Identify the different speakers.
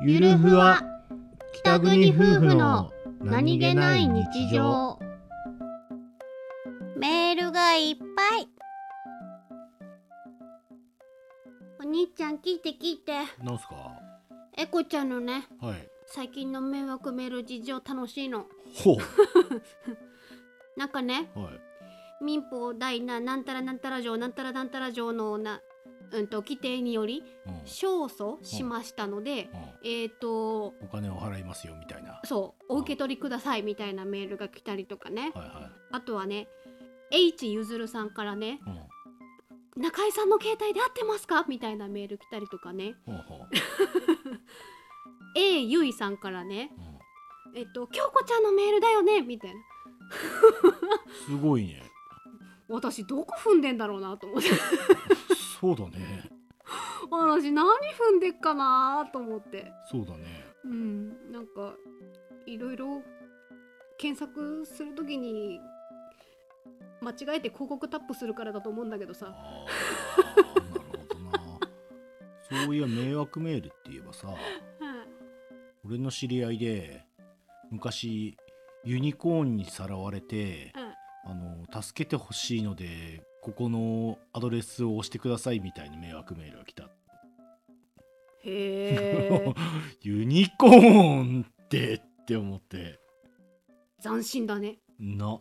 Speaker 1: ゆるふわ北国夫婦の何気ない日常
Speaker 2: メールがいっぱいお兄ちゃん聞いて聞いて
Speaker 1: なんすか
Speaker 2: エコちゃんのね
Speaker 1: はい
Speaker 2: 最近の迷惑メール事情楽しいの
Speaker 1: ほ
Speaker 2: なんかね
Speaker 1: うはい
Speaker 2: 民法第ななんたらなんたら条なんたらなんたら条のなうんと規定により
Speaker 1: うん
Speaker 2: 勝訴しましたので、
Speaker 1: う
Speaker 2: えっ、ー、と
Speaker 1: んお金を払いますよみたいな
Speaker 2: そうお受け取りくださいみたいなメールが来たりとかね
Speaker 1: はいは
Speaker 2: あとはね H ゆずるさんから
Speaker 1: い
Speaker 2: ね
Speaker 1: うん
Speaker 2: 「中井さんの携帯で合ってますか?」みたいなメール来たりとかね
Speaker 1: ほうほう
Speaker 2: A ゆいさんからね
Speaker 1: うん
Speaker 2: 「えっと京子ちゃんのメールだよね」みたいな
Speaker 1: すごいね
Speaker 2: 私どこ踏んでんだろうなと思って
Speaker 1: そうだね
Speaker 2: 私何踏んでっかなと思って
Speaker 1: そうだね
Speaker 2: うんなんかいろいろ検索するときに間違えて広告タップするからだと思うんだけどさ
Speaker 1: あーなるほどなそういや迷惑メールって言えばさ俺の知り合いで昔ユニコーンにさらわれて
Speaker 2: うん
Speaker 1: あの助けてほしいのでここのアドレスを押してくださいみたいな迷惑メールが来た、
Speaker 2: へえ
Speaker 1: ユニコーンってって思って
Speaker 2: 斬新だね
Speaker 1: な